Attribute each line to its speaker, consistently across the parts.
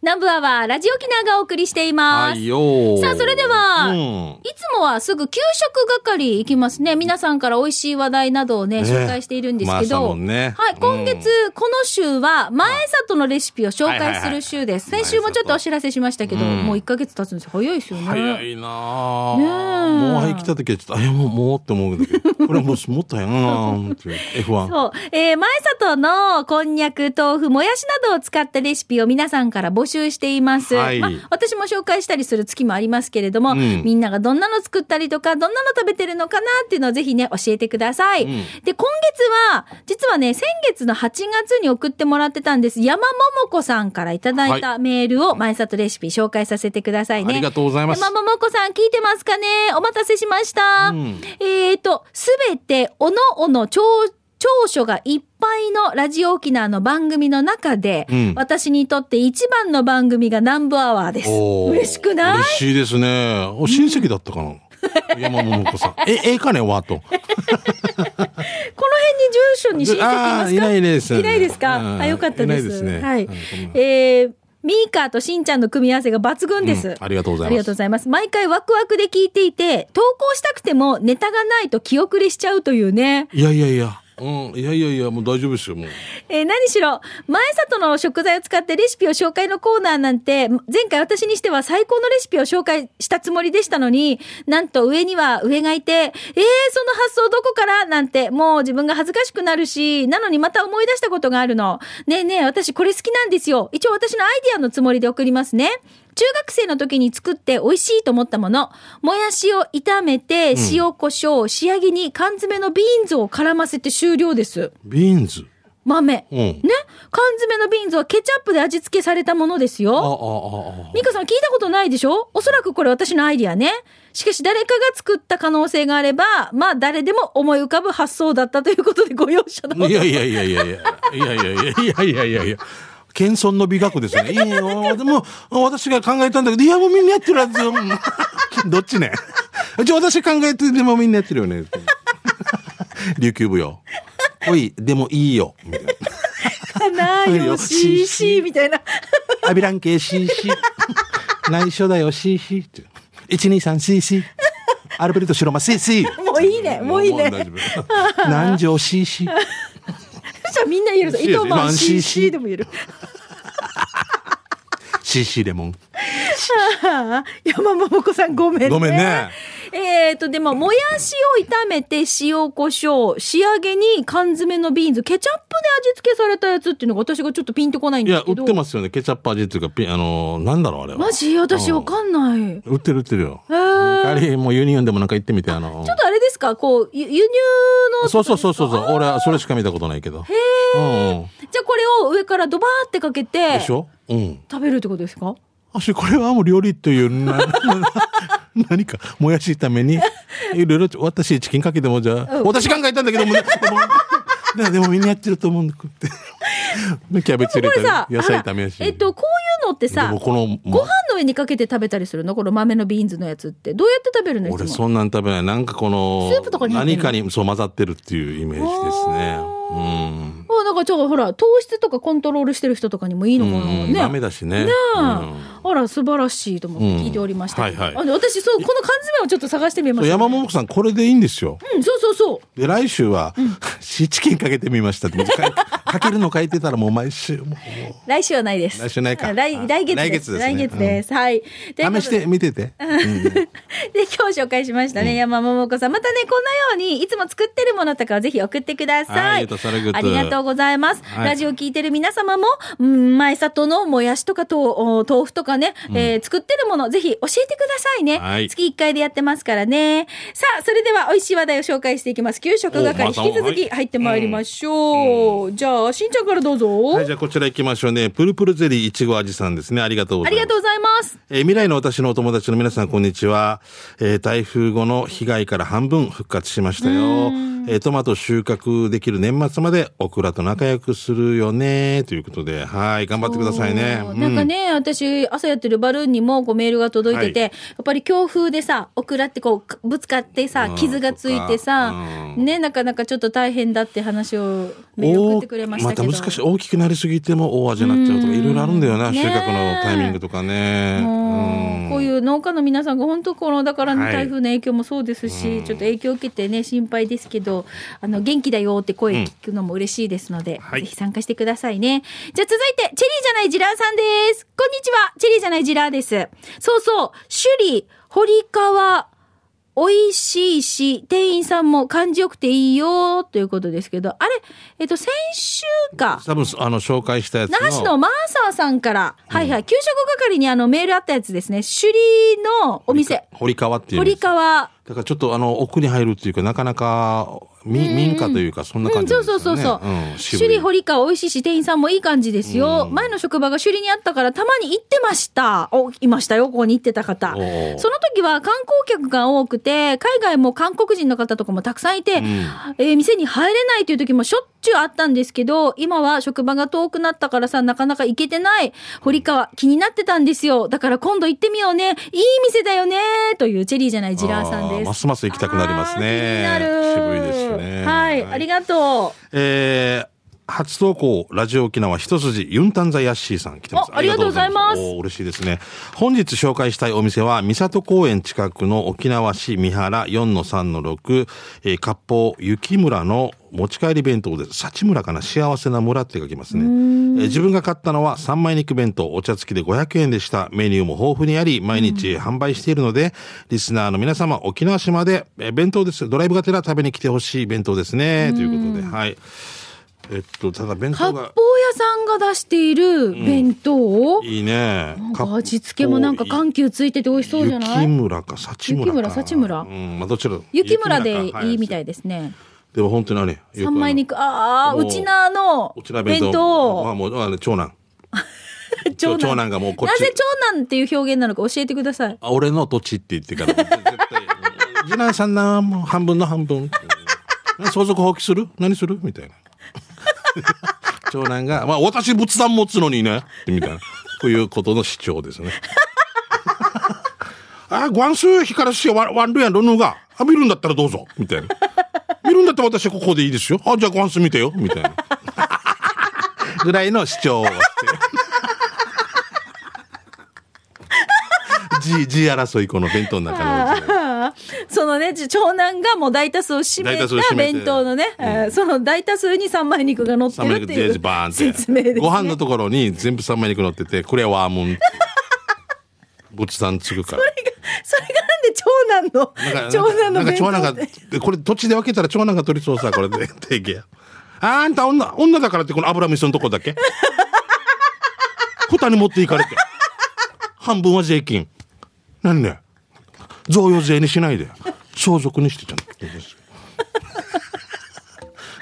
Speaker 1: 南部アワーラジオキナがお送りしています。
Speaker 2: はいよ
Speaker 1: さあ、それでは、
Speaker 2: うん
Speaker 1: いつもはすぐ給食係行きますね。皆さんから美味しい話題などをね、
Speaker 2: ね
Speaker 1: 紹介しているんですけ
Speaker 2: 回した
Speaker 1: ど。
Speaker 2: もんね
Speaker 1: はい、今月、この週は、前里のレシピを紹
Speaker 2: はいは
Speaker 1: 介
Speaker 2: いはい
Speaker 1: する週です。
Speaker 2: 前
Speaker 1: 先週
Speaker 2: 里
Speaker 1: もちょっとお知らせしましたけど、
Speaker 2: うん
Speaker 1: もう1ヶ月経つんですよ。早いですよね。
Speaker 2: 早いなあ
Speaker 1: ねえ
Speaker 2: もう入ってきた時はちょっと、え、もう、もうって思うけ ど、これはもう、もったいなあっていう F1。
Speaker 1: そう。えー前里のこんにゃく、豆腐、もやしなどを使ったレシピを皆さんから募集しています。
Speaker 2: はい
Speaker 1: まあ私も紹介したりする月もありますけれども、
Speaker 2: うん
Speaker 1: みんながどんなの作ったりとか、どんなの食べてるのかなっていうのをぜひね、教えてください。
Speaker 2: うん
Speaker 1: で、今月は、実はね、先月の8月に送ってもらってたんです。山桃子さんからいただいたメールを前里レシピ紹介させてくださいね。
Speaker 2: ありがとうございます
Speaker 1: 山。桃子さん聞いてますかねお待たせしました。
Speaker 2: うん
Speaker 1: えーと、すべて、おのおの長、長所がいっぱいのラジオ沖縄の番組の中で、
Speaker 2: うん
Speaker 1: 私にとって一番の番組が南部アワーです。
Speaker 2: おー
Speaker 1: 嬉しくない
Speaker 2: 嬉しいですね。お、親戚だったかな。山桃子さん。え、ええかね、わと。
Speaker 1: この辺に住所に親戚いますか
Speaker 2: あーいないですね
Speaker 1: いないですか、
Speaker 2: うん
Speaker 1: あ、よかったです。
Speaker 2: いないですね
Speaker 1: は
Speaker 2: う
Speaker 1: い
Speaker 2: ん。
Speaker 1: えー、ミーカーとしんちゃんの組み合わせが抜群です。
Speaker 2: うんありがとうございます
Speaker 1: ありがとうございます。毎回ワクワクで聞いていて、投稿したくてもネタがないと気遅れしちゃうというね。
Speaker 2: いやいやいや。うん、いやいやいや、もう大丈夫ですよ、もう。
Speaker 1: えー何しろ、前里の食材を使ってレシピを紹介のコーナーなんて、前回私にしては最高のレシピを紹介したつもりでしたのに、なんと上には上がいて、えー、その発想どこからなんて、もう自分が恥ずかしくなるし、なのにまた思い出したことがあるの。ねえねえ、私これ好きなんですよ。一応私のアイディアのつもりで送りますね。中学生の時に作って美味しいと思ったもの。もやしを炒めて、塩、胡椒、仕上げに缶詰のビーンズを絡ませて終了です。
Speaker 2: ビーンズ。
Speaker 1: 豆。
Speaker 2: うん。
Speaker 1: ね、缶詰のビーンズはケチャップで味付けされたものです
Speaker 2: あ、あ、あ
Speaker 1: よ。、
Speaker 2: あ。
Speaker 1: ミカさん聞いたことないでしょおそらくこれ私のアイディアね。しかし誰かが作った可能性があれば、まあ誰でも思い浮かぶ発想だったということでご容赦の。
Speaker 2: いやいやいやいやいや、いやいやいやいやいやいや。謙遜の美学ですね。いやいや、でも、私が考えたんだけど、いや、もうみんなやってるはずよ。うんどっちね。じゃあ私考えて、でもみんなやってるよね。琉球舞踊。おい、でもいいよ。みたいな
Speaker 1: かなよ、CC みたいな。
Speaker 2: アビラン系 CC。内緒だよ CC って。123CC。アルベルト・シロマ CC。
Speaker 1: もういいね、もういいね。
Speaker 2: 大丈夫南條 CC。
Speaker 1: じゃあみんな言えるぞ。
Speaker 2: CC
Speaker 1: 糸満
Speaker 2: CC
Speaker 1: CC でも言える。
Speaker 2: CC レモン。
Speaker 1: ああ山桃子さんごめんね。
Speaker 2: ごめんね。
Speaker 1: えっと、でも、もやしを炒めて塩、胡椒、仕上げに缶詰のビーンズ、ケチャップで味付けされたやつっていうのが私がちょっとピンとこないん
Speaker 2: い
Speaker 1: で
Speaker 2: や
Speaker 1: す、け
Speaker 2: 売
Speaker 1: ど。
Speaker 2: ってますよね。ケチャップ味っていうか、ピあのー、なんだろう、あれは。
Speaker 1: マジ私わかんない。
Speaker 2: 売ってる売ってるよ。
Speaker 1: えー
Speaker 2: あれ、もうユニオンでもなんか行ってみて、あのー
Speaker 1: ちょっとあれですかこう、ゆ輸入の。
Speaker 2: そうそうそうそうそう。俺はそれしか見たことないけど。へえ。
Speaker 1: じゃあこれを上からドバーってかけ
Speaker 2: で
Speaker 1: て、
Speaker 2: しょうん。
Speaker 1: 食べるってことですか
Speaker 2: あし、これはもう料理という、な、何か、もやし炒め に、いろいろ、私、チキンかけても、じゃあ、
Speaker 1: うん
Speaker 2: 私考えたんだけども、でも、ででもみんなやってると思うんだ、こう やって。キャベツ入
Speaker 1: こ
Speaker 2: れ
Speaker 1: れ
Speaker 2: た
Speaker 1: さ、
Speaker 2: り、野菜
Speaker 1: あら
Speaker 2: 炒めやし。
Speaker 1: えっと、こういうのって
Speaker 2: で
Speaker 1: さ
Speaker 2: も、、こ
Speaker 1: ご
Speaker 2: の、
Speaker 1: 飯の上にかけて食べたりするのこの豆のビーンズのやつって。どうやって食べるのいつも
Speaker 2: 俺、そんなん食べない。なんかこの、
Speaker 1: スープとかに入ってん
Speaker 2: 何
Speaker 1: の
Speaker 2: かに、そう、混ざってるっていうイメージですね
Speaker 1: あ。
Speaker 2: うん。
Speaker 1: あなんかちょっとほら糖質とかコントロールしてる人とかにもいいのかな、
Speaker 2: うん、
Speaker 1: ね
Speaker 2: ダメだしね。
Speaker 1: ねえ、
Speaker 2: うん
Speaker 1: あら素晴らしいと思って聞いておりましたけど、
Speaker 2: うんはいはい
Speaker 1: あの私そうこの缶詰をちょっと探してみま
Speaker 2: そう
Speaker 1: した、
Speaker 2: 山桃子さん、これでいいんですよ。
Speaker 1: うんそうそうそう
Speaker 2: で、来週は、シチキンかけてみましたって。かかけるの書いてたらもう毎週、もうも
Speaker 1: 来週はないです
Speaker 2: 来週ないか
Speaker 1: あ来来月です
Speaker 2: 来月ですね
Speaker 1: 来月ですはいということ
Speaker 2: う
Speaker 1: で
Speaker 2: 試してみてて。
Speaker 1: で今日紹介しましたね、山桃子さんまたねこのようにいつも作ってるものとかをぜひ送ってくだ
Speaker 2: は
Speaker 1: さ
Speaker 2: いゆ
Speaker 1: いう
Speaker 2: とさらぐと
Speaker 1: ありがとうございます、
Speaker 2: はい
Speaker 1: ラジオ聞いてる皆様も、うん、前里のもやしとかとお豆腐とかね、えー作ってるものぜひ教えてくださいね、
Speaker 2: はい
Speaker 1: 月1回でやってますからねさあそれでは美味しい話題を紹介していきます給食
Speaker 2: お
Speaker 1: 係
Speaker 2: ま
Speaker 1: 引
Speaker 2: た
Speaker 1: き続
Speaker 2: はい
Speaker 1: き入ってまいりましょう、じゃあしんちゃんからどうぞ、
Speaker 2: はい、じゃあこちら行きましょうね。プルプルゼリーいちご味さんですね。ありがとうご
Speaker 1: あ
Speaker 2: ざい
Speaker 1: り
Speaker 2: ます
Speaker 1: が。とうございます
Speaker 2: えー未来の私のお友達の皆さん、こんにちは。えー台風後の被害から半分復活しましたよ。ええートマト収穫できる年末までオクラと仲良くするよね、ということで、はい、頑張ってくださいね。
Speaker 1: そううなんか
Speaker 2: ん
Speaker 1: ね、私、朝やってるバルーンにもこうメールが届いてて、
Speaker 2: は
Speaker 1: やっぱり強風でさ、オクラってこうく、ぶつかって
Speaker 2: う
Speaker 1: さ
Speaker 2: ん、
Speaker 1: 傷がついてさ
Speaker 2: そっ、かうん
Speaker 1: ね、なかなかちょっと大変だって話をメール送ってくれましたけど。
Speaker 2: おまた難しい。大きくなりすぎても大味になっちゃうとか、
Speaker 1: うん
Speaker 2: いろいろあるんだよな、
Speaker 1: ね
Speaker 2: 収穫のタイミングとかね。。
Speaker 1: もうこういうう農家の皆さんが本当このだからね、
Speaker 2: はい
Speaker 1: 台風の影響もそうですし、
Speaker 2: うん
Speaker 1: ちょっと影響を受けてね心配ですけどあの元気だよって声聞くのも嬉しいですので、
Speaker 2: はい
Speaker 1: ぜひ参加してくださいねじゃあ続いてチェリーじゃないジラーさんですこんにちはチェリーじゃないジラーですそうそう首里堀川美味しいし、店員さんも感じよくていいよ、ということですけど、あれえっと、先週か。
Speaker 2: 多分、あの、紹介したやつ
Speaker 1: 那覇市のマーサーさんから、はいはい、給食係にあのメールあったやつですね。首里のお店、
Speaker 2: 堀川っていう。
Speaker 1: 堀川。
Speaker 2: だからちょっとあの奥に入るっていうかなかなかみ民家というかそんな
Speaker 1: う
Speaker 2: 感
Speaker 1: ん、
Speaker 2: じ
Speaker 1: そ
Speaker 2: なん
Speaker 1: う
Speaker 2: ですよ
Speaker 1: そう
Speaker 2: ね。
Speaker 1: そうそう。
Speaker 2: ん、
Speaker 1: 首里堀川美味しいし、店員さんもいい感じですよ。
Speaker 2: うん
Speaker 1: 前の職場が首里にあったから、たまに行ってました。お、いましたよ、ここに行ってた方。
Speaker 2: おー
Speaker 1: その時は観光客が多くて、海外も韓国人の方とかもたくさんいて、
Speaker 2: ん
Speaker 1: えー店に入れないという時もしょっちゅうあったんですけど、今は職場が遠くなったからさ、なかなか行けてない。堀川、気になってたんですよ。だから今度行ってみようね。いい店だよね。というチェリーじゃないジラーさん
Speaker 2: あ
Speaker 1: で
Speaker 2: ー
Speaker 1: す。
Speaker 2: ますます行きたくなりますね
Speaker 1: あー気になる。
Speaker 2: 渋いですね
Speaker 1: はい、
Speaker 2: はい
Speaker 1: ありがとう。
Speaker 2: えー初投稿、ラジオ沖縄一筋、ユンタンザヤッシーさん来てます。
Speaker 1: おありがとうございます
Speaker 2: おー嬉しいですね。本日紹介したいお店は、三里公園近くの沖縄市三原4-3-6、えー、割烹雪村の持ち帰り弁当です。幸村かな幸せな村って書きますね。えー自分が買ったのは三枚肉弁当、お茶付きで500円でした。メニューも豊富にあり、毎日販売しているので、リスナーの皆様、沖縄島で、えー弁当です。ドライブがてら食べに来てほしい弁当ですね。ということで、はい。えっと、ただ弁当
Speaker 1: 割烹
Speaker 2: が
Speaker 1: 屋さんが出している弁当、
Speaker 2: いいね。
Speaker 1: なんか味付けもなんか緩急ついてて美味しそうじゃな
Speaker 2: 雪
Speaker 1: い
Speaker 2: 村か、幸村
Speaker 1: 雪
Speaker 2: か。
Speaker 1: 村幸村
Speaker 2: うん、まあどちら
Speaker 1: 雪村で
Speaker 2: 雪か
Speaker 1: いいみた
Speaker 2: はい
Speaker 1: ですね。
Speaker 2: でも本当にあれ。よくあの
Speaker 1: 三枚。肉、ああ、
Speaker 2: もう
Speaker 1: うちなの
Speaker 2: うちら弁
Speaker 1: 弁
Speaker 2: 当。
Speaker 1: 当。
Speaker 2: まあもう、あの長男。
Speaker 1: 長
Speaker 2: 長男がもうこっち
Speaker 1: なぜ長男っていう表現なのか教えてください。
Speaker 2: あ俺の土地って言ってから。絶対。 次男さんな、もう半分の半分。相続放棄する何するみたいな。長男が、まあ私仏壇持つのにね。みたいな。ということの主張ですね。あ、ごんすう光らしワワンルやロヌが、あ、見るんだったらどうぞ、みたいな。見るんだったら私はここでいいですよ。あ、じゃあごんす見てよ、みたいな。ぐらいの主張をして。G、G 争いこの弁当の中の。
Speaker 1: そのね、じ長男がもう大多数を占め
Speaker 2: 大多数を占
Speaker 1: た
Speaker 2: めて
Speaker 1: 弁当のね、えーその大多数に三枚肉が乗って
Speaker 2: 三枚
Speaker 1: るっ
Speaker 2: 肉
Speaker 1: て
Speaker 2: ジェ
Speaker 1: い
Speaker 2: ージ
Speaker 1: う
Speaker 2: バーンって
Speaker 1: 説明です、ね。
Speaker 2: ご飯のところに全部三枚肉乗っててこれはワーモン 仏壇つくから
Speaker 1: それがなんで長男の、長男の
Speaker 2: な
Speaker 1: 弁
Speaker 2: んか
Speaker 1: 当
Speaker 2: 長男
Speaker 1: で
Speaker 2: がでこれ土地で分けたら長男が取りそうさこれで定義やあんた女女だからってこの油味噌のとこだけ蓋に持っていかれて半分は税金なんで贈与税にしないで相続にしてちゃんと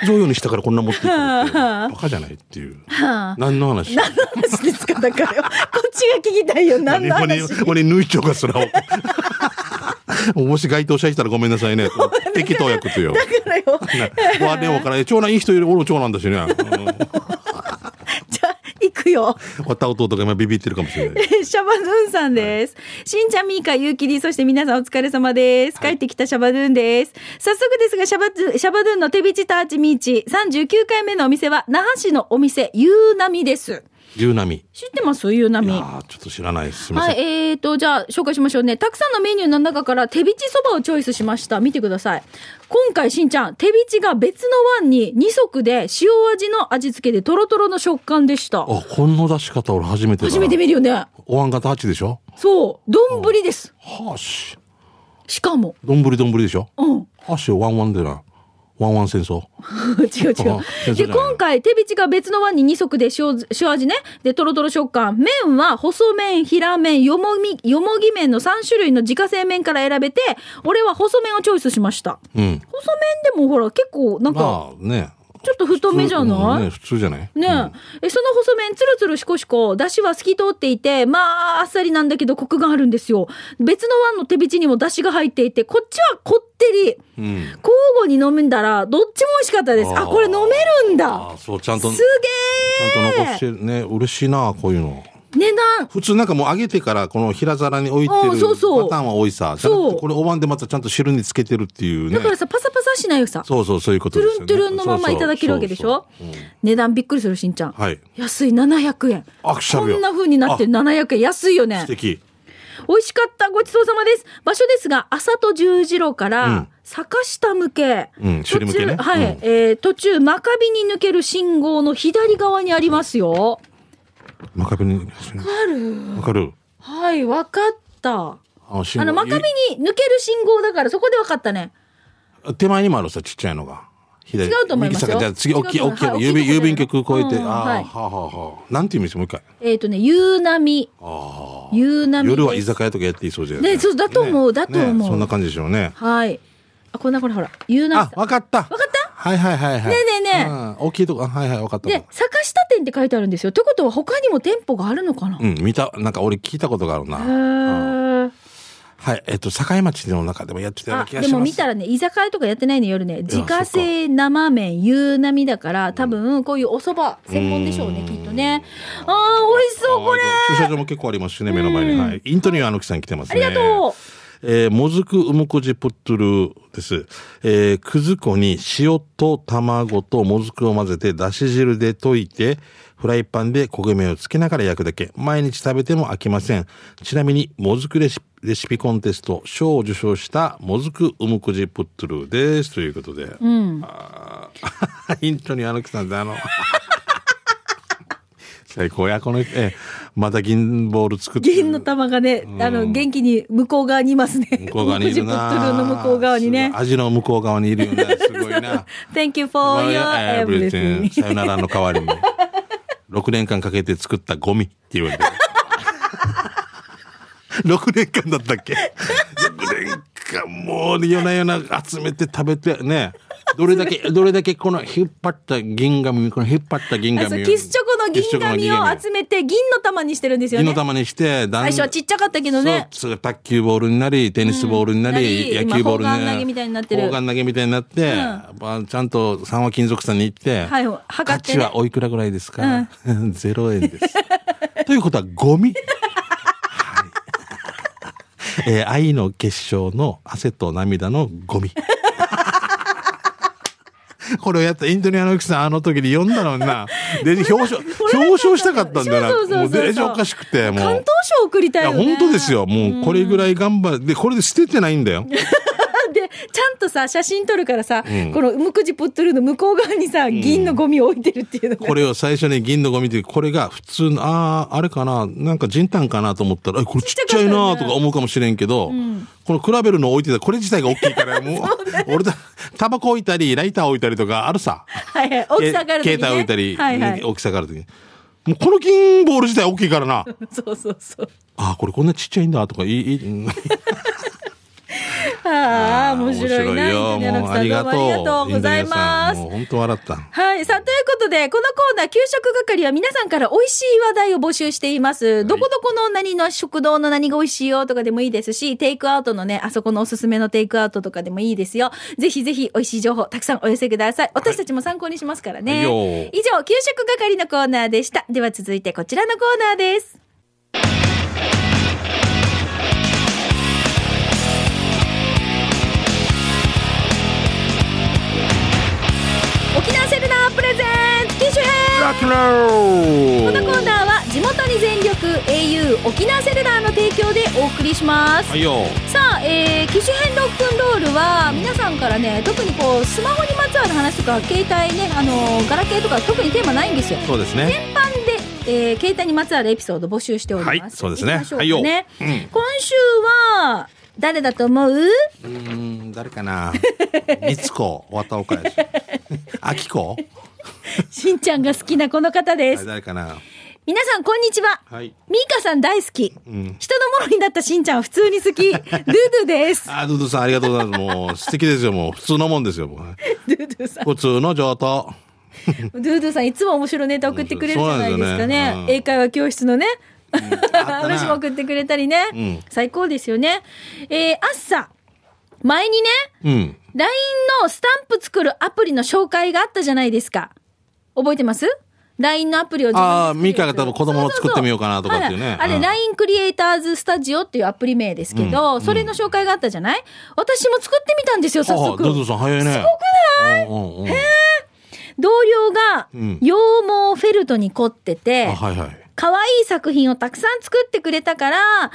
Speaker 2: 贈与にしたからこんな持っていくのってバカじゃないっていう何の話
Speaker 1: 何の話ですかだからよ。こっちが聞きたいよ。何の話
Speaker 2: 俺、俺、抜いちゃうか、そら。もし該当者いたらごめんなさいね。適当役とよ。
Speaker 1: だからよ。
Speaker 2: わあ、でもから、長男いい人より俺も長男だしね。
Speaker 1: じゃあ、行くよ。
Speaker 2: わた弟が今ビビってるかもしれない。
Speaker 1: シャバドゥンさんです。しんちゃん、みーか、ゆうきり、そして皆さんお疲れ様です。帰ってきたシャバドゥンです。早速ですが、シャバドゥン、シャバドゥンの手びちターチミーチ、39回目のお店は、那覇市のお店、ゆうなみです。
Speaker 2: 十波。
Speaker 1: 知ってますゆうないみ。
Speaker 2: や
Speaker 1: は
Speaker 2: ーちょっと知らないです。すみません
Speaker 1: い、。えーと、じゃあ、紹介しましょうね。たくさんのメニューの中から、手びちそばをチョイスしました。見てください。今回、しんちゃん、手びちが別の碗に2足で、塩味の味付けで、トロトロの食感でした。
Speaker 2: あ、この出し方俺初めてだ。
Speaker 1: 初めて見るよね。
Speaker 2: お椀型8でしょ
Speaker 1: そう、丼です。
Speaker 2: はあし。
Speaker 1: しかも。
Speaker 2: どんぶりどんぶりでしょ
Speaker 1: うん。
Speaker 2: はあし、ワンワンでな。ワンワン戦争。
Speaker 1: 違う
Speaker 2: あ
Speaker 1: 違。
Speaker 2: そううじ
Speaker 1: で、
Speaker 2: ゃない
Speaker 1: 今回、手びちが別の碗に2足で塩ず塩味ね。で、とろとろ食感。麺は細麺、平麺、よもぎ、よもぎ麺の3種類の自家製麺から選べて、俺は細麺をチョイスしました。
Speaker 2: うん。
Speaker 1: 細麺でもほら、結構なんか、
Speaker 2: まあね。
Speaker 1: ちょっと太めじゃない、
Speaker 2: うんね普通じゃない
Speaker 1: ねえ、えその細麺つるつるしこしこだしは透き通っていてまああっさりなんだけどコクがあるんですよ別の碗の手びちにもだしが入っていてこっちはこってり
Speaker 2: うんうん
Speaker 1: 交互に飲むんだらどっちも美味しかったですあ
Speaker 2: あー
Speaker 1: これ飲めるんだ
Speaker 2: ああ、そう、ちゃん
Speaker 1: す
Speaker 2: と、
Speaker 1: げ
Speaker 2: ちゃんと残してるね。嬉しいな、こういうの。
Speaker 1: え値段
Speaker 2: 普通なんかもう揚げてからこの平皿に置いて
Speaker 1: うん
Speaker 2: る
Speaker 1: そうそう
Speaker 2: パターンは多いさ。じゃなく
Speaker 1: そう
Speaker 2: てこれお椀でまたちゃんと汁につけてるっていうね
Speaker 1: だか。らさパサパサしないよさ
Speaker 2: そうそう、そういうこと
Speaker 1: トゥ
Speaker 2: で
Speaker 1: ル
Speaker 2: すよ
Speaker 1: ン
Speaker 2: ね。
Speaker 1: トゥルンのままいただけるわけでしょ
Speaker 2: そうそうそう
Speaker 1: 値段びっくりするしんちゃん、
Speaker 2: うんはい。
Speaker 1: 安い700円
Speaker 2: あ、くしゃ
Speaker 1: こ
Speaker 2: みよ
Speaker 1: んな風になって700円安いよね
Speaker 2: 素敵。
Speaker 1: 美味しかったごちそうさまです場所ですが朝と十字路か
Speaker 2: う
Speaker 1: ら
Speaker 2: ん
Speaker 1: 坂下向け、
Speaker 2: うん
Speaker 1: 途中
Speaker 2: 首里向けね
Speaker 1: はい、
Speaker 2: うん
Speaker 1: えー途中真壁に抜ける信号の左側にありますよ
Speaker 2: マカベに、
Speaker 1: ある
Speaker 2: わかる
Speaker 1: はいわかった
Speaker 2: あの、信
Speaker 1: あの
Speaker 2: 号
Speaker 1: 真壁に抜ける信号だからそこでわかったね
Speaker 2: 手前にもあるさ、ちっちゃいのが。左
Speaker 1: 違うと思いますよ
Speaker 2: 右下がじゃあ次、大きい、
Speaker 1: 違うと思う
Speaker 2: 大きいの、
Speaker 1: はい
Speaker 2: 郵便、
Speaker 1: 大き
Speaker 2: 郵
Speaker 1: い
Speaker 2: 便
Speaker 1: と
Speaker 2: 局
Speaker 1: こ
Speaker 2: 越えて、
Speaker 1: うん
Speaker 2: ああ、
Speaker 1: は
Speaker 2: はいあはあはあ。なんていう店もう一回。
Speaker 1: えっ、とね夕波
Speaker 2: ああ。
Speaker 1: 夕波です
Speaker 2: 夜は居酒屋とかやっていそうじゃない
Speaker 1: ねそうだと思う
Speaker 2: ね
Speaker 1: だと思う
Speaker 2: ねそんな感じでしょうね。
Speaker 1: はいあこんなこれほら夕波
Speaker 2: あ
Speaker 1: さ、ん
Speaker 2: わかった。わ
Speaker 1: かった
Speaker 2: はいはいはいはい。
Speaker 1: ねえねえねえ
Speaker 2: うん大きいとこ、あはいはい、わかった。わか
Speaker 1: で
Speaker 2: っ
Speaker 1: 坂下店って書いてあるんですよってことは他にも店舗があるのかな、
Speaker 2: たうん、見た、なんか俺聞いたことがあるな。
Speaker 1: へえ
Speaker 2: はい、えっと、境町の中でもやってたよう
Speaker 1: あ
Speaker 2: な気が
Speaker 1: で
Speaker 2: します。
Speaker 1: も見たらね居酒屋とかやってないの夜ね自家製生麺夕波だから多分こういうお蕎麦専門でしょうねきっとねあー美味しそうこれ
Speaker 2: はい駐車場も結構ありますしね、目の前に。はい。イントニオアノキさん来てますね。
Speaker 1: ありがとう
Speaker 2: えーもずくうむこじぷっとるです。えーくず粉に塩と卵ともずくを混ぜて、だし汁で溶いて、フライパンで焦げ目をつけながら焼くだけ。毎日食べても飽きません。ちなみに、もずくレシピレシピコンテスト、賞を受賞した、もずくうむこじぷっとるです。ということで。
Speaker 1: うん
Speaker 2: イントニオアノキさ んであの。最高や、この、えーまた銀ボール作って。
Speaker 1: 銀の玉がねあの元気に向こう側にいますね
Speaker 2: 向こう側に いるな。
Speaker 1: 60の向こう側にね
Speaker 2: すごい味の向こう側にいるよね。すごいな。
Speaker 1: Thank you for your everything
Speaker 2: さよならの代わりに。6年間かけて作ったゴミって言われてる。6年間だったっけ ?6 年間もう夜な夜な集めて食べてね。どれだけ、どれだけこの引っ張った銀紙、この引っ張った銀
Speaker 1: あそう
Speaker 2: 紙を。
Speaker 1: キスチョコの銀
Speaker 2: キスチョコの
Speaker 1: 紙
Speaker 2: 銀
Speaker 1: を集めて銀の玉にしてるんですよ
Speaker 2: 銀の
Speaker 1: ね
Speaker 2: 玉にして、だん
Speaker 1: 最初はちっちゃかったけどね
Speaker 2: そう、そう卓球ボールになり、テニスボールになり、
Speaker 1: うんなり
Speaker 2: 野球ボールになり。
Speaker 1: 今砲丸投げみたいになってる
Speaker 2: 砲丸投げみたいになって、まあちゃんと三和金属さんに行って、
Speaker 1: はい測ってね
Speaker 2: 価値はおいくらぐらいですか、 ゼロ円です。 ということは、ゴミ。はい。えー愛の結晶の汗と涙のゴミ。 これをやったインドニアのゆきさんあの時に読んだのにな。で、表彰、表彰したかったんだな。
Speaker 1: そうそうそうそう
Speaker 2: もうデージおかしくて、もう。
Speaker 1: 関東賞送りたいよね
Speaker 2: いや本当ですよもうこれぐらい頑張ってこれで捨ててないん だよ
Speaker 1: でちゃんとさ写真撮るからさ、
Speaker 2: うん
Speaker 1: このムクジポットルーの向こう側にさ銀のゴミを置いてるっていうのが、
Speaker 2: これを最初に銀のゴミってこれが普通のあああれかななんか人炭かなと思ったらえこれちっちゃいなとか思うかもしれんけど、この比べるの置いてたこれ自体が大きいからもう俺だタバコ置いたりライター置いたりとかあるさ
Speaker 1: はいはい、大きさがある時、ね、
Speaker 2: 携帯置いたり、
Speaker 1: はいはい、
Speaker 2: 大きさがある時もうこの銀ボール自体大きいからな
Speaker 1: そうそうそう
Speaker 2: ああこれこんなちっちゃいんだとかいいいいうん
Speaker 1: ああ面白いな
Speaker 2: 面白いよもうあ
Speaker 1: イ
Speaker 2: り
Speaker 1: ンドの皆さんどう
Speaker 2: が
Speaker 1: もありがと
Speaker 2: と
Speaker 1: う
Speaker 2: う
Speaker 1: ございます
Speaker 2: インドネシアさんもう本当笑った
Speaker 1: はい。さあ、ということで、このコーナー、給食係は皆さんから美味しい話題を募集しています。どこどこの何の食堂の何が美味しいよとかでもいいですし、テイクアウトのね、あそこのおすすめのテイクアウトとかでもいいですよ。ぜひぜひ美味しい情報たくさんお寄せください。私たちも参考にしますからね。
Speaker 2: はいよー
Speaker 1: 以上、給食係のコーナーでした。では続いてこちらのコーナーです。沖縄セルナープレゼンツ機種編
Speaker 2: ラッキーロ
Speaker 1: このコーナーは地元に全力 au 沖縄セルラーの提供でお送りします、
Speaker 2: はいよ
Speaker 1: さあ、えー、機種変ロックンロールは皆さんからね特にこうスマホにまつわる話とか携帯ねあのーガラケーとか特にテーマないんですよ
Speaker 2: そうですね
Speaker 1: 全般で、えー携帯にまつわるエピソード募集しております、
Speaker 2: はいそうですね
Speaker 1: 行きましょうか
Speaker 2: はいよ
Speaker 1: ね
Speaker 2: うん
Speaker 1: 今週は誰だと 思う
Speaker 2: うーん誰かなみつこ渡岡 やしあきこ
Speaker 1: しんちゃんが好きなこの方で
Speaker 2: あれ
Speaker 1: す
Speaker 2: 誰かな
Speaker 1: 皆さんこんにちは
Speaker 2: はい
Speaker 1: ミーカさん大好き、
Speaker 2: ん
Speaker 1: 人のものになったしんちゃんは普通に好きドゥドゥです
Speaker 2: あドゥドゥさんありがとうございますもう素敵ですよもう普通のもんですよもう
Speaker 1: ドゥドゥさん
Speaker 2: 普通の上等
Speaker 1: ドゥードゥさんいつも面白いネタ送ってくれるじゃないですかね。
Speaker 2: そうなんですよねうん
Speaker 1: 英会話教室のね。
Speaker 2: たな
Speaker 1: 話も送ってくれたりね。
Speaker 2: うん
Speaker 1: 最高ですよね。えー、あっさ。前にね、
Speaker 2: うん。
Speaker 1: LINE のスタンプ作るアプリの紹介があったじゃないですか。覚えてます ?LINE のアプリを自分で作る
Speaker 2: ああミカが多分子供を作ってみようかなとかっていうね
Speaker 1: あらあ
Speaker 2: う
Speaker 1: れ、
Speaker 2: ん
Speaker 1: LINE クリエイターズスタジオっていうアプリ名ですけど、それの紹介があったじゃない私も作ってみたんですよ、早
Speaker 2: ああ、
Speaker 1: 速。
Speaker 2: ドドさん早いね。すごくない
Speaker 1: 同僚が
Speaker 2: うん
Speaker 1: 羊毛フェルトに凝ってて、
Speaker 2: あ、はいはい。
Speaker 1: 可愛い作品をたくさん作ってくれたから、い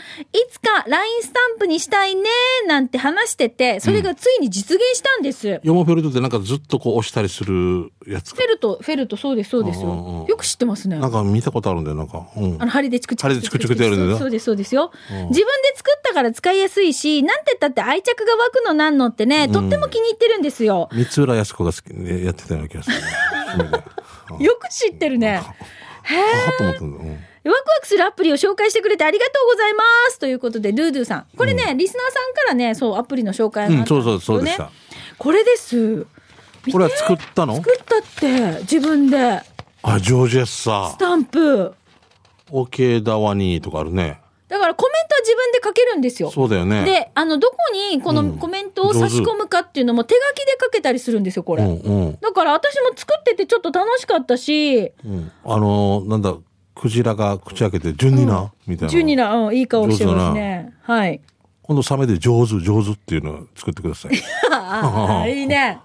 Speaker 1: つか LINE スタンプにしたいね、なんて話してて、それがついに実現したんです。フ
Speaker 2: ヨモフェルトってなんかずっとこう押したりするやつか
Speaker 1: ェルト、フェルト、そうです、そうです
Speaker 2: うんうんう
Speaker 1: よ
Speaker 2: ん。
Speaker 1: よく知ってますね。
Speaker 2: なんか見たことあるんだよ、なんか。うん
Speaker 1: あ。の、針でチクチク。
Speaker 2: 針でチクチクってやるんだよ
Speaker 1: そうです、そうですよ。自分で作ったから使いやすいし、なんて言ったって愛着が湧くのなんのってね、とっても気に入ってるんですよ。
Speaker 2: 三浦靖子が好きでやってたような気がす るね。趣味で。うん
Speaker 1: よく知ってるね。
Speaker 2: はぁと思ったんだよ。うん
Speaker 1: ワクワクするアプリを紹介してくれてありがとうございますということで、ルードゥさん。これね、リスナーさんからね、そう、アプリの紹介があったん
Speaker 2: うんそうそうそうで
Speaker 1: ね
Speaker 2: した
Speaker 1: これです。
Speaker 2: これは作ったの
Speaker 1: 作ったって、自分で、
Speaker 2: あ、ジョージエスさ
Speaker 1: ス。タンプ。
Speaker 2: オーケーダワニーとかあるね。
Speaker 1: だからコメントは自分で書けるんですよ。
Speaker 2: そうだよね。
Speaker 1: で、あの、どこにこ
Speaker 2: う
Speaker 1: の
Speaker 2: ん
Speaker 1: コメントを差し込むかっていうのも手書きで書けたりするんですよ、これ。
Speaker 2: うんうん。
Speaker 1: だから私も作っててちょっと楽しかったし、
Speaker 2: うん、あのーなんだ、クジラが口開けて、順にな、みたいな。
Speaker 1: ジュニラ、うん、いい顔してますね。 はい。
Speaker 2: 今度サメで上手、上手っていうのを作ってください。
Speaker 1: ああいいね。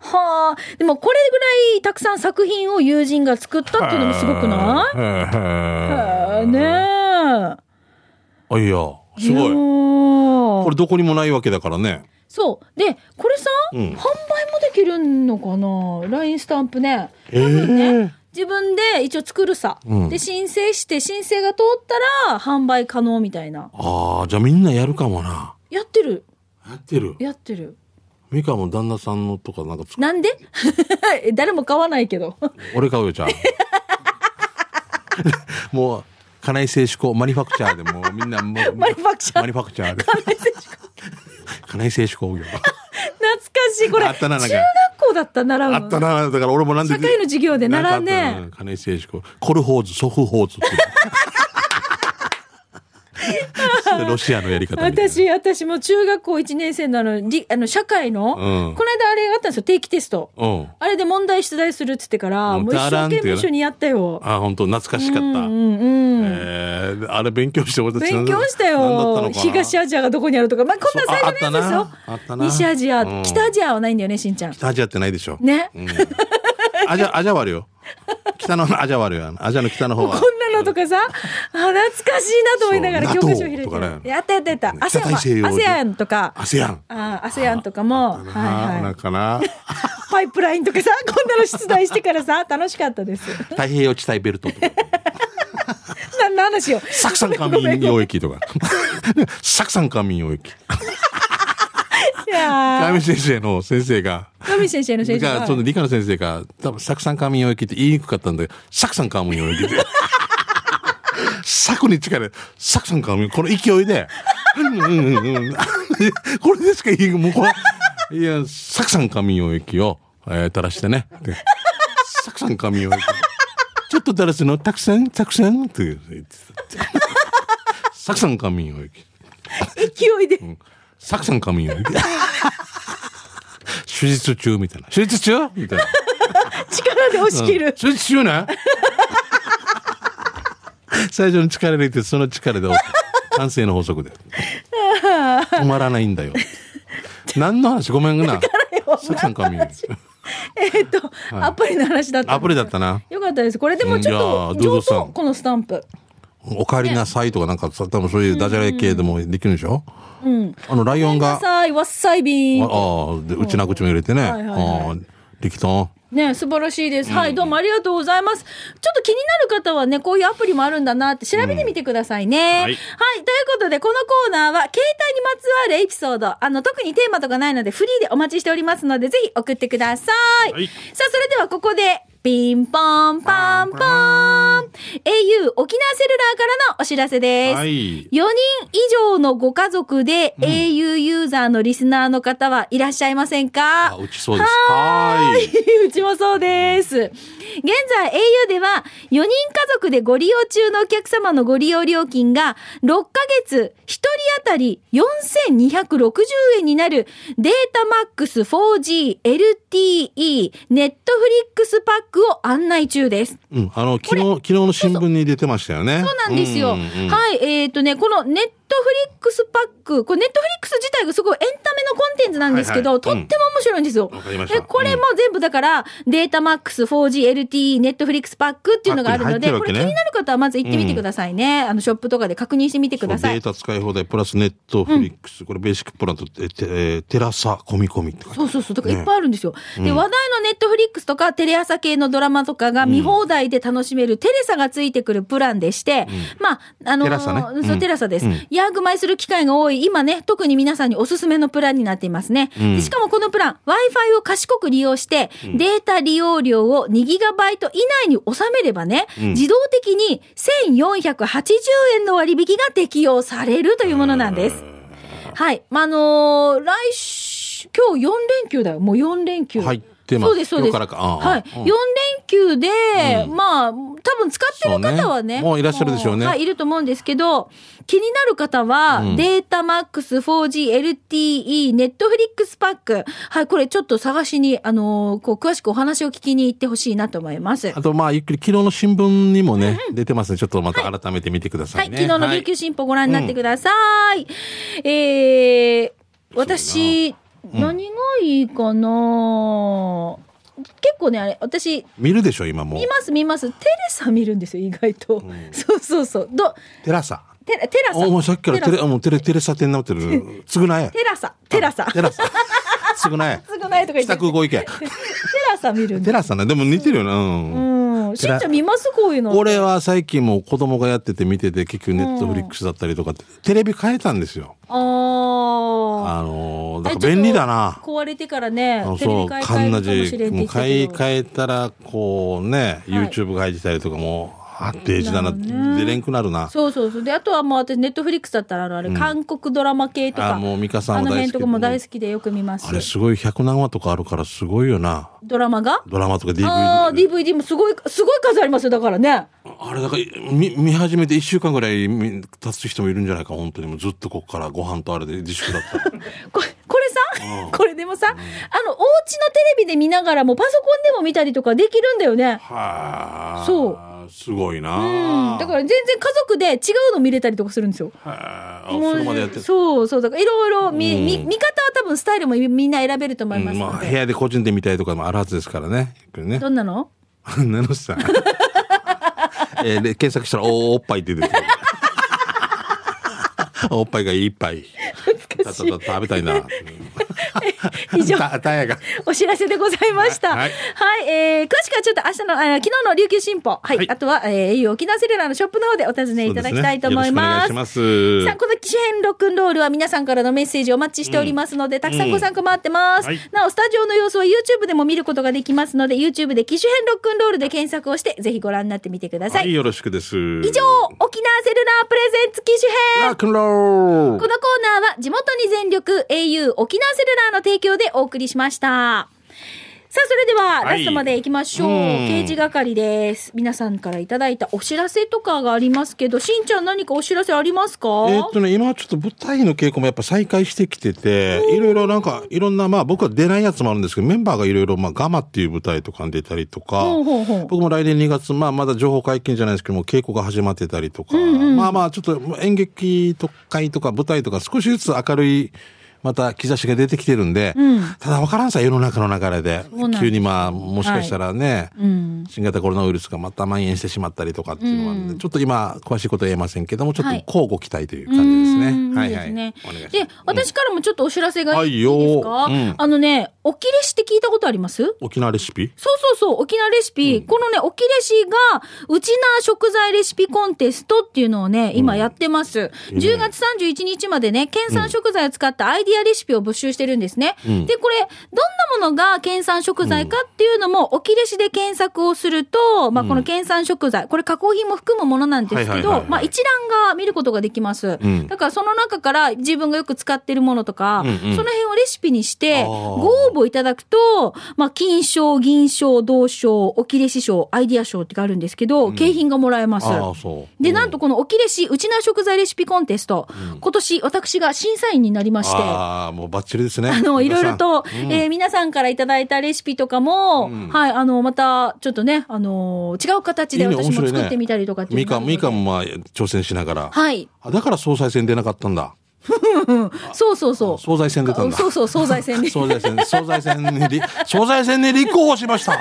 Speaker 1: はあ。でもこれぐらいたくさん作品を友人が作ったっていうのもすごくない
Speaker 2: へ
Speaker 1: へえ
Speaker 2: え
Speaker 1: ねえ。
Speaker 2: あ、いや、すごい。こ
Speaker 1: こ
Speaker 2: れどこにもないわけだからね。
Speaker 1: そう。で、これさ、
Speaker 2: うん
Speaker 1: 販売もできるのかな ?LINE スタンプね。
Speaker 2: ええ
Speaker 1: 自分で一応作るさ。
Speaker 2: うん
Speaker 1: で、申請して、申請が通ったら販売可能みたいな。
Speaker 2: ああ、じゃあみんなやるかもな。
Speaker 1: やってる。
Speaker 2: やってる。
Speaker 1: やってる。
Speaker 2: ミカも旦那さんのとかなんか作っ
Speaker 1: なんで 誰も買わないけど。
Speaker 2: 俺買うよ、じゃあ。もう、家内製紙工、マニファクチャーでもうみんなも う、
Speaker 1: マニファクチャー
Speaker 2: マニファクチャーで。家内製紙工業。
Speaker 1: 懐かしい。これ、
Speaker 2: あったななんか
Speaker 1: 中学校だった、習うの。
Speaker 2: あったな、だから俺もなんで。
Speaker 1: 社会の授業で習うね
Speaker 2: なんかあったな。金井誠司子。コルホーズ、ソフホーズっ ていう。ロシアのやり方みたいな。
Speaker 1: 私、私も中学校1年生のあの、りあの社会の、
Speaker 2: うん
Speaker 1: この間あれがあったんですよ、定期テスト。
Speaker 2: うん。
Speaker 1: あれで問題出題するって言ってから、
Speaker 2: うん
Speaker 1: もう一生懸命一緒にやったよ。
Speaker 2: あ、本当懐かしかった。
Speaker 1: うんうん。
Speaker 2: えーあれ勉強して俺たち
Speaker 1: 勉強した
Speaker 2: 何だったの
Speaker 1: よ。
Speaker 2: かな
Speaker 1: 東アジアがどこにあるとか。まあ、こんな最初のやつですよ
Speaker 2: そうああった。なあったな
Speaker 1: 西アジア
Speaker 2: う、ん
Speaker 1: 北アジアはないんだよね、しんちゃん。
Speaker 2: 北アジアってないでしょ。
Speaker 1: ね。
Speaker 2: うん。アジア、アジアはあるよ。北のアジアはあるよ。アジアの北の方
Speaker 1: こ
Speaker 2: は。
Speaker 1: んなのとかさ、あ懐かしいなと思いながら
Speaker 2: そう
Speaker 1: 教科書を開いて
Speaker 2: NATO とかね
Speaker 1: やったやったやった。
Speaker 2: 北大西
Speaker 1: ASEAN
Speaker 2: 洋
Speaker 1: ASEAN とか。
Speaker 2: アセアン。
Speaker 1: ああ、ASEAN とかも。はい
Speaker 2: な
Speaker 1: は
Speaker 2: ないん。かな。
Speaker 1: パイプラインとかさ、こんなの出題してからさ、楽しかったです。
Speaker 2: 太平洋地帯ベル トとか。
Speaker 1: 何の話よ。
Speaker 2: サクサン官民領域 とか。サクサン官民領
Speaker 1: い
Speaker 2: 域。
Speaker 1: や
Speaker 2: 川
Speaker 1: ー
Speaker 2: 上先生の先生が。
Speaker 1: 神先生の先
Speaker 2: 理
Speaker 1: 生
Speaker 2: 科、
Speaker 1: が
Speaker 2: その理科の先生が、多分、サクさんカーミンをって言いにくかったんで、サクさんカーミンをって。サクに力で、サクさんカーミン、この勢いで、うんうんうんうん。これでしか言い、もうこれ、いや、サクさんカーミンをを、えー垂らしてね。でサクさんカーミンをちょっと垂らすの、たくさん、たくさんって言ってた。サクさんカーミンを
Speaker 1: 勢いで。
Speaker 2: サクさん仮眠を。手術中みたいな。手術中みたいな。
Speaker 1: 力で押し切る。
Speaker 2: 手術 中な最初の力入れて、その力で、完成の法則で。止まらないん だよ。何の話ごめんな。サクさん仮眠。
Speaker 1: えーっと、
Speaker 2: い
Speaker 1: アプリの話だった。
Speaker 2: アプリだったな。
Speaker 1: よかったです。これでもちょっと
Speaker 2: じゃあど
Speaker 1: 上
Speaker 2: うぞさ
Speaker 1: 手
Speaker 2: ん
Speaker 1: このスタンプ。
Speaker 2: お帰りなさいとかなんか、多分そういうダジャレ系でもできるでしょうん。あの、ライオン
Speaker 1: な
Speaker 2: が、あ
Speaker 1: さい、わっさいびん。
Speaker 2: あ、でうちな口も入れてね。
Speaker 1: はいはいはい
Speaker 2: ああ、力投。
Speaker 1: ね、素晴らしいです。はい、どうもありがとうございます。ちょっと気になる方はね、こういうアプリもあるんだなって調べてみてくださいね。
Speaker 2: ん
Speaker 1: は、
Speaker 2: はいい
Speaker 1: ということで、このコーナーは、携帯にまつわるエピソード、あの、特にテーマとかないので、フリーでお待ちしておりますので、ぜひ送ってください。
Speaker 2: はい
Speaker 1: さあ、それではここで、ピンポンパンポーン au 沖縄セルラーからのお知らせです。
Speaker 2: はい。
Speaker 1: 4人以上のご家族で au ユーザーのリスナーの方はいらっしゃいませんか
Speaker 2: あ、打ちそうです。はーい。
Speaker 1: うちもそうです。現在 au では4人家族でご利用中のお客様のご利用料金が6ヶ月1人当たり4260円になるデータマックス 4G LTE ネットフリックスパックを案内中です。
Speaker 2: うん、あの、昨日、昨日の新聞に出てましたよね。そう
Speaker 1: そうなんですよ。
Speaker 2: んうん
Speaker 1: はい。えっ、とね、このネットフリックスパック、これネットフリックス自体がすごいエンタメのコンテンツなんですけど、
Speaker 2: はいはいうん
Speaker 1: とっても面白いんですよ。
Speaker 2: わかりました
Speaker 1: でこれも全部だから、データマックス 4G、LTE、ネットフリックスパックっていうのがあるので、
Speaker 2: パッ
Speaker 1: これ
Speaker 2: クに
Speaker 1: 気
Speaker 2: 入ってるわけね
Speaker 1: になる方はまず行ってみてくださいね。あの、ショップとかで確認してみてくださ
Speaker 2: デ
Speaker 1: い
Speaker 2: ー。タ使い放題、プラスネットフリックス、これベーシックプランと、え、てえーテラサ、込み込みって書いて
Speaker 1: そ
Speaker 2: ある
Speaker 1: うそうそう。とかい
Speaker 2: ね
Speaker 1: っぱいあるんですよ。で、話題のネットフリックスとかテレ朝系のドラマとかが見放題で楽しめるテレサがついてくるプランでして、まあ、あのー
Speaker 2: テラサね
Speaker 1: そうう、
Speaker 2: ん
Speaker 1: テラサです。
Speaker 2: うん
Speaker 1: ヤーグマイする機会が多い、今ね、特に皆さんにおすすめのプランになっていますね。
Speaker 2: うん
Speaker 1: でしかもこのプラン、Wi-Fi を賢く利用して、データ利用料を 2GB 以内に収めればね、
Speaker 2: うん
Speaker 1: 自動的に1480円の割引が適用されるというものなんです。はい。まあ、あのー来週、今日4連休だよ。もう4連休。
Speaker 2: 入ってます。
Speaker 1: そうです、そうです。
Speaker 2: 今日からか。あー
Speaker 1: はい。
Speaker 2: うん
Speaker 1: 4連休で、
Speaker 2: うん
Speaker 1: まあ、多分使ってる方はね。
Speaker 2: そうねもういらっしゃるでしょうね
Speaker 1: もはい、いると思うんですけど、気になる方は、
Speaker 2: うん
Speaker 1: データマックス 4G LTE ネットフリックスパック。はい、これちょっと探しに、あのーこう、詳しくお話を聞きに行ってほしいなと思います。
Speaker 2: あと、まあ、ゆっくり、昨日の新聞にもね、出てますね。ちょっとまた改めて見てくださ
Speaker 1: はいい、
Speaker 2: ね。
Speaker 1: 昨日の琉球新報ご覧になってください。えー、私、何がいいかな、結構ね、あれ、私、
Speaker 2: 見るでしょ、今もう
Speaker 1: 見。ます見ます。テレサ見るんですよ、意外と。
Speaker 2: ん
Speaker 1: そうそうそう。ど、
Speaker 2: テラサ。
Speaker 1: テラ、テラ
Speaker 2: お
Speaker 1: サ。
Speaker 2: もうさっきからテ
Speaker 1: テ
Speaker 2: レ、
Speaker 1: ラ
Speaker 2: あもうテレ、テレサ店になってる。つぐなえ。
Speaker 1: テラサ、テラサ。
Speaker 2: テラサ。つぐ なえ。
Speaker 1: すぐないとか言
Speaker 2: 帰
Speaker 1: って。
Speaker 2: 宅
Speaker 1: テ
Speaker 2: ご意見。
Speaker 1: ラサ見るん
Speaker 2: テ
Speaker 1: だ。
Speaker 2: ラサね。でも似てるよな。うん
Speaker 1: うん。し
Speaker 2: テ
Speaker 1: ん
Speaker 2: ラ
Speaker 1: ちゃん見ますこういうの。
Speaker 2: 俺は最近もう子供がやってて見てて結局ネットフリックスだったりとかってテレビ変えたんですよ。
Speaker 1: あー。
Speaker 2: あのー、
Speaker 1: え
Speaker 2: だから便利だ
Speaker 1: ちょ
Speaker 2: な
Speaker 1: っ。と壊れてからね
Speaker 2: あの、
Speaker 1: テレ
Speaker 2: そ
Speaker 1: ビ
Speaker 2: う、
Speaker 1: 買い
Speaker 2: カ
Speaker 1: 替え
Speaker 2: ンナ
Speaker 1: るかもし
Speaker 2: ジ
Speaker 1: れんって
Speaker 2: も
Speaker 1: 言
Speaker 2: う
Speaker 1: ってた
Speaker 2: 買い
Speaker 1: けど。
Speaker 2: 替えたらこうね、
Speaker 1: はい
Speaker 2: YouTube が入ってたりとかも、あってージだ
Speaker 1: な
Speaker 2: な、
Speaker 1: るほどね
Speaker 2: 出れんくなるな。
Speaker 1: そうそうそう。で、あとはもう私、ネットフリックスだったら、あの、あれ、韓国ドラマ系とか。
Speaker 2: あもう美香さん
Speaker 1: あ
Speaker 2: も
Speaker 1: の
Speaker 2: 大
Speaker 1: 辺
Speaker 2: 好
Speaker 1: と
Speaker 2: き。
Speaker 1: かも大好きでよく見ます
Speaker 2: あ。れすごい100何話とかあるからすごいよな。
Speaker 1: ドラマが
Speaker 2: ドラマとか DVD。
Speaker 1: ああ
Speaker 2: あ
Speaker 1: ー、DVD もすごい、すごい数ありますよ、だからね。
Speaker 2: れだから見、見始めて1週間ぐらい見経つ人もいるんじゃないか、本当に。もうずっとこっからご飯とあれで自粛 だったら。
Speaker 1: これ、これ
Speaker 2: うん
Speaker 1: さ、 これでもさ、あの、お家のテレビで見ながらも、パソコンでも見たりとかできるんだよね。
Speaker 2: はあ。
Speaker 1: そう。
Speaker 2: すごいな
Speaker 1: うん。だから
Speaker 2: ら、
Speaker 1: 全然家族で違うの見れたりとかするんですよ。
Speaker 2: はあ、あそれまでやってた
Speaker 1: そうそう。だからいろいろ見、
Speaker 2: うん
Speaker 1: 見、見方は多分スタイルもみんな選べると思
Speaker 2: う
Speaker 1: います
Speaker 2: ん
Speaker 1: の
Speaker 2: まあ、部
Speaker 1: で。
Speaker 2: 屋で個人で見たいとかもあるはずですからね。ゆっくりね。
Speaker 1: どんな の
Speaker 2: 名のさん。 えーで検索したら、おおおっぱいって出てくる。 おっぱいがいいっぱい。たたた食べたいな。
Speaker 1: 以上
Speaker 2: たたやが。
Speaker 1: お知らせでございました。は
Speaker 2: はいい。
Speaker 1: えー、詳しくはちょっと明日の、あー昨日の琉球新報。はい。
Speaker 2: はい
Speaker 1: あとは、えー、au 沖縄セルラーのショップの方でお尋ねいただきたいと思いま。
Speaker 2: そうですねよろしくお願いします。
Speaker 1: さあ、この機種編ロックンロールは皆さんからのメッセージお待ちしておりますので、たくさんご参加待ってます。
Speaker 2: はい
Speaker 1: なお、スタジオの様子は YouTube でも見ることができますので、YouTube で機種編ロックンロールで検索をして、ぜひご覧になってみてくださ。
Speaker 2: はいい、よろしくです。
Speaker 1: 以上、沖縄セルラープレゼンツ機種編
Speaker 2: ラックンロ
Speaker 1: こ
Speaker 2: ー
Speaker 1: のコーナーは地元に全力 au 沖縄セルラーの提供でお送りしました。さあ、それでは
Speaker 2: は
Speaker 1: ラ
Speaker 2: い
Speaker 1: ストまで行きましょう。
Speaker 2: うん
Speaker 1: 刑事係です。皆さんからいただいたお知らせとかがありますけど、しんちゃん何かお知らせありますか
Speaker 2: えーっとね、今はちょっと舞台の稽古もやっぱ再開してきてて、いろいろなんか、いろんな、まあ僕は出ないやつもあるんですけど、メンバーがいろいろ、まあガマっていう舞台とかに出たりとか、
Speaker 1: ほうほうほう
Speaker 2: 僕も来年2月、まあまだ情報解禁じゃないですけども、稽古が始まってたりとか、まあまあちょっと演劇と会とか舞台とか少しずつ明るい、また兆しが出てきてるんで、ただ分からんさ、世の中の流れで
Speaker 1: うなんで。す
Speaker 2: 急にまあ、もしかしたらね、
Speaker 1: うん。
Speaker 2: 新型コロナウイルスがまた蔓延してしまったりとかっていうのは、ちょっと今詳しいことは言えませんけどもちょっと
Speaker 1: はい
Speaker 2: 交互期待という感じですね。
Speaker 1: は
Speaker 2: はいい
Speaker 1: で
Speaker 2: は
Speaker 1: す
Speaker 2: い。
Speaker 1: ね
Speaker 2: お願い。し
Speaker 1: で
Speaker 2: ます。、
Speaker 1: 私からもちょっとお知らせが
Speaker 2: はいい
Speaker 1: い
Speaker 2: よ
Speaker 1: ですか
Speaker 2: うん
Speaker 1: あのね、おきれしって聞いたことあります
Speaker 2: 沖縄レシピ
Speaker 1: そうそうそう、沖縄レシピ。このね、沖レシが、うちな食材レシピコンテストっていうのをね、今やってます。
Speaker 2: いいね
Speaker 1: 10月31日までね、県産食材を使ったアイデディアレシピを募集してるんですね。で、これ、どんなものが県産食材かっていうのも、沖レシで検索をすると、まあ、この県産食材、これ加工品も含むものなんです
Speaker 2: は
Speaker 1: け
Speaker 2: いはいはいは
Speaker 1: ど
Speaker 2: い、
Speaker 1: まあ、一覧が見ることができます。
Speaker 2: ん
Speaker 1: だから、その中から自分がよく使ってるものとか、
Speaker 2: うんうん
Speaker 1: その辺をレシピにして、
Speaker 2: あー
Speaker 1: ご応募いただくと、まあ、金賞、銀賞、銅賞、沖レシ賞、アイディア賞ってがあるんですけど、景品がもらえます。
Speaker 2: ああ、そう。
Speaker 1: で、なんとこの沖レシ、うちな食材レシピコンテスト、今年私が審査員になりまして、
Speaker 2: ああ、もうバッチリですね。
Speaker 1: あの、いろいろと、
Speaker 2: 皆さんうん
Speaker 1: えー皆さんからいただいたレシピとかも、
Speaker 2: うん
Speaker 1: はい、あの、また、ちょっとね、あのー違う形で
Speaker 2: いいね
Speaker 1: 私
Speaker 2: 面白
Speaker 1: も
Speaker 2: いね
Speaker 1: 作ってみたりとかってい
Speaker 2: み
Speaker 1: うのが
Speaker 2: か
Speaker 1: ある
Speaker 2: ん、
Speaker 1: ので
Speaker 2: みかんもまあ挑戦しながら。
Speaker 1: はい。
Speaker 2: あだから総裁選出なかったんだ。
Speaker 1: そうそうそう。
Speaker 2: 総裁選出たんだ。
Speaker 1: そうそう、惣菜戦で。
Speaker 2: 総裁選、総裁選にり、総裁選に立候補しました。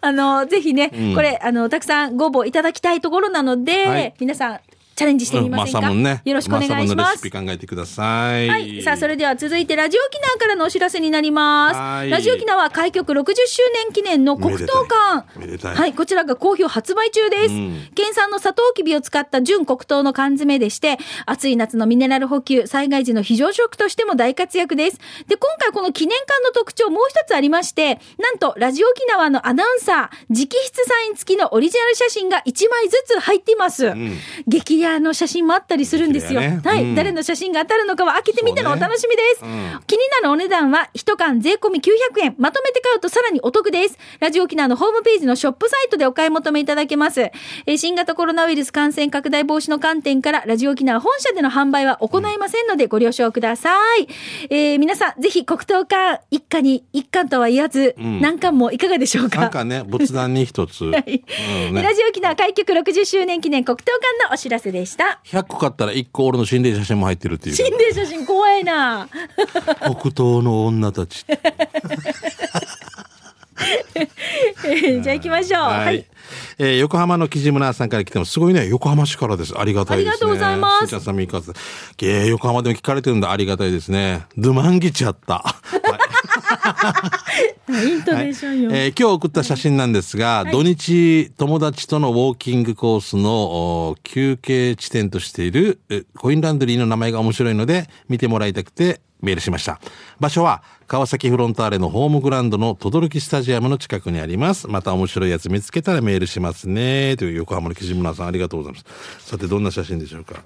Speaker 1: あの、ぜひね、
Speaker 2: うん
Speaker 1: これ、あの、たくさんご応募いただきたいところなので、
Speaker 2: はい
Speaker 1: 皆さん、チャレンジしてみませんか、
Speaker 2: マサモンね。
Speaker 1: よろしくお願いし
Speaker 2: マサモンの
Speaker 1: ま
Speaker 2: レシ
Speaker 1: す
Speaker 2: ピ。考えてください。
Speaker 1: はい。さあ、それでは続いて、ラジオ沖縄からのお知らせになりま
Speaker 2: は
Speaker 1: す。
Speaker 2: い
Speaker 1: ラジオ沖縄開局60周年記念の黒糖缶。
Speaker 2: めでたい
Speaker 1: はい、こちらが好評発売中です。
Speaker 2: うん
Speaker 1: 県産のサトウキビを使った純黒糖の缶詰でして、暑い夏のミネラル補給、災害時の非常食としても大活躍です。で、今回この記念館の特徴もう一つありまして、なんと、ラジオ沖縄のアナウンサー、直筆サイン付きのオリジナル写真が1枚ずつ入っています。
Speaker 2: ん
Speaker 1: 激レアの写真もあったりするんですよ。
Speaker 2: 激レアね
Speaker 1: はい、
Speaker 2: うん
Speaker 1: 誰の写真が当たるのかは開けてみてのお楽しみです。
Speaker 2: そうねうん
Speaker 1: 気になるお値段は一缶税込み900円。まとめて買うとさらにお得です。ラジオ沖縄のホームページのショップサイトでお買い求めいただけます。えー新型コロナウイルス感染拡大防止の観点から、ラジオ沖縄本社での販売は行いませんのでご了承ください。えー皆さん、ぜひ黒糖缶一家に一缶とは言わず、
Speaker 2: ん
Speaker 1: 何缶もいかがでしょうか。
Speaker 2: なんかね、仏壇に 一つ。
Speaker 1: はい
Speaker 2: うんね
Speaker 1: ラジオ沖縄開局60周年記念黒糖館のお知らせでした。
Speaker 2: 100個買ったら1個俺の心霊写真も入ってるっていう。
Speaker 1: 心霊写真怖いな。
Speaker 2: 北東の女たち。
Speaker 1: じゃあ行きましょう。
Speaker 2: は
Speaker 1: はいい。。
Speaker 2: えー横浜の木地村さんから来てます。すごいね。横浜市からです。ありがたいですね。
Speaker 1: ありがとうございます
Speaker 2: しーちゃんさん、みーかんさん。えー横浜でも聞かれてるんだ。ありがたいですね。ドゥマンギちゃった。はい
Speaker 1: イントネーションよ。
Speaker 2: えー今日送った写真なんですが、土日友達とのウォーキングコースのおー休憩地点としているえコインランドリーの名前が面白いので見てもらいたくてメールしました場所は川崎フロンターレのホームグラウンドの轟スタジアムの近くにありますまた面白いやつ見つけたらメールしますねという横浜の木村さんありがとうございますさてどんな写真でしょうか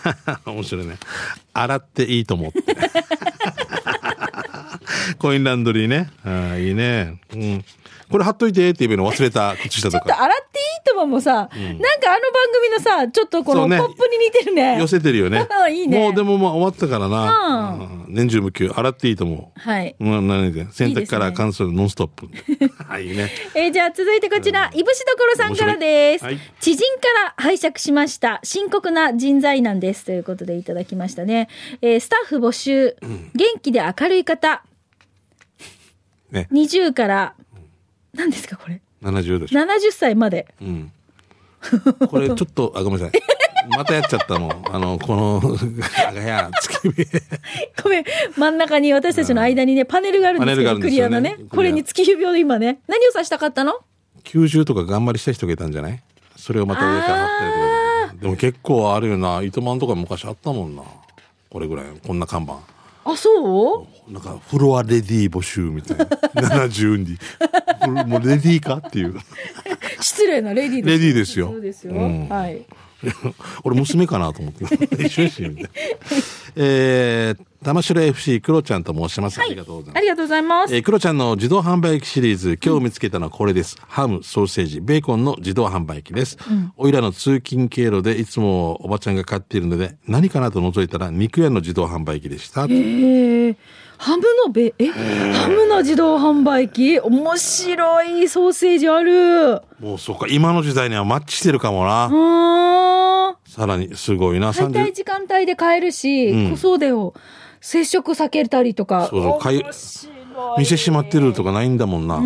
Speaker 2: 面白いね洗っていいと思って コインランドリーね。ああ、いいね。うん。これ貼っといてっていうの忘れた靴下
Speaker 1: ち
Speaker 2: と
Speaker 1: ょっと
Speaker 2: か。
Speaker 1: 洗っていいとももさ、なんかあの番組のさ、ちょっとこ
Speaker 2: そ
Speaker 1: の
Speaker 2: うね
Speaker 1: ポップに似てるね。。
Speaker 2: 寄せてるよね
Speaker 1: いいね
Speaker 2: もうでもまあ終わったからな。
Speaker 1: う
Speaker 2: うん年中無休。洗っていいと思う。
Speaker 1: はい。
Speaker 2: うん、何で洗濯か
Speaker 1: いいです
Speaker 2: ら
Speaker 1: ね
Speaker 2: 乾燥ノンスト ップ。あいいね。
Speaker 1: えーじゃあ続いてこちら、いぶしどころさんからです、
Speaker 2: 面白いはい
Speaker 1: 知人から拝借しました。深刻な人材なんです。ということでいただきましたね。えースタッフ募集。元気で明るい方。
Speaker 2: ね。
Speaker 1: 20から、何ですかこれ。
Speaker 2: 70度しょ。
Speaker 1: 70歳まで。
Speaker 2: うん。これちょっと、あ、ごめんなさい。またやっちゃったの。あの、この、 あがや、月日。
Speaker 1: ごめん、真ん中に私たちの間にね、パネルがあるんですけど、
Speaker 2: パネルがあるん
Speaker 1: ク
Speaker 2: です
Speaker 1: リ
Speaker 2: よ
Speaker 1: アな
Speaker 2: ね
Speaker 1: ね。これに月指を今ね、何を指したかったの
Speaker 2: 90とか頑張りした人がいたんじゃないそれをまた上から貼ったりとかね。でも結構あるよな。糸満とか昔あったもんな。これぐらい。こんな看板。
Speaker 1: あ、そう
Speaker 2: なんか、フロアレディー募集みたいな。70に。 これもうレディーかって いう。
Speaker 1: 失礼なレディーです
Speaker 2: レディーですよ
Speaker 1: そうですよ。
Speaker 2: うん
Speaker 1: はい。
Speaker 2: 俺娘かなと思って。 一緒にしようみたいな。えー、玉城 FC クロちゃんと申します。ありがとうございます
Speaker 1: あ。りがとうございます。
Speaker 2: えー、クロちゃんの自動販売機シリーズ、今日見つけたのはこれです。ハム、ソーセージ、ベーコンの自動販売機です。おいらの通勤経路でいつもおばちゃんが買っているので、何かなと覗いたら肉屋の自動販売機でした。
Speaker 1: えーハムのべ、え、ハムの自動販売機面白いソーセージある。う
Speaker 2: もうそうか、今の時代にはマッチしてるかもな。
Speaker 1: ーん。
Speaker 2: さらに、すごいな。
Speaker 1: 大体
Speaker 2: 30
Speaker 1: 時間帯で買えるし、
Speaker 2: うん
Speaker 1: 小袖を接触避けたりとか。
Speaker 2: そうそうかゆ
Speaker 1: 面白い
Speaker 2: 店閉まってるとかないんだもんな。
Speaker 1: うー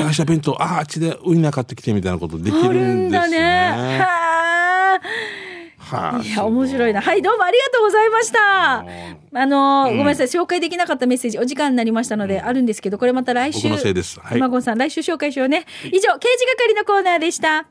Speaker 1: ん。
Speaker 2: 明日弁当、あーあっちでウインナー買ってきてみたいなことでき
Speaker 1: あ
Speaker 2: る
Speaker 1: るん
Speaker 2: んで
Speaker 1: だ
Speaker 2: す
Speaker 1: ね。
Speaker 2: ね。
Speaker 1: はー
Speaker 2: はい
Speaker 1: や、面白いな。はい、どうもありがとうございました。あのー、ごめんなさい、紹介できなかったメッセージ、お時間になりましたので、あるんですけど、これまた来週。
Speaker 2: 僕のせいですはい
Speaker 1: 熊郷さん、来週紹介しようね。以上、刑事係のコーナーでした。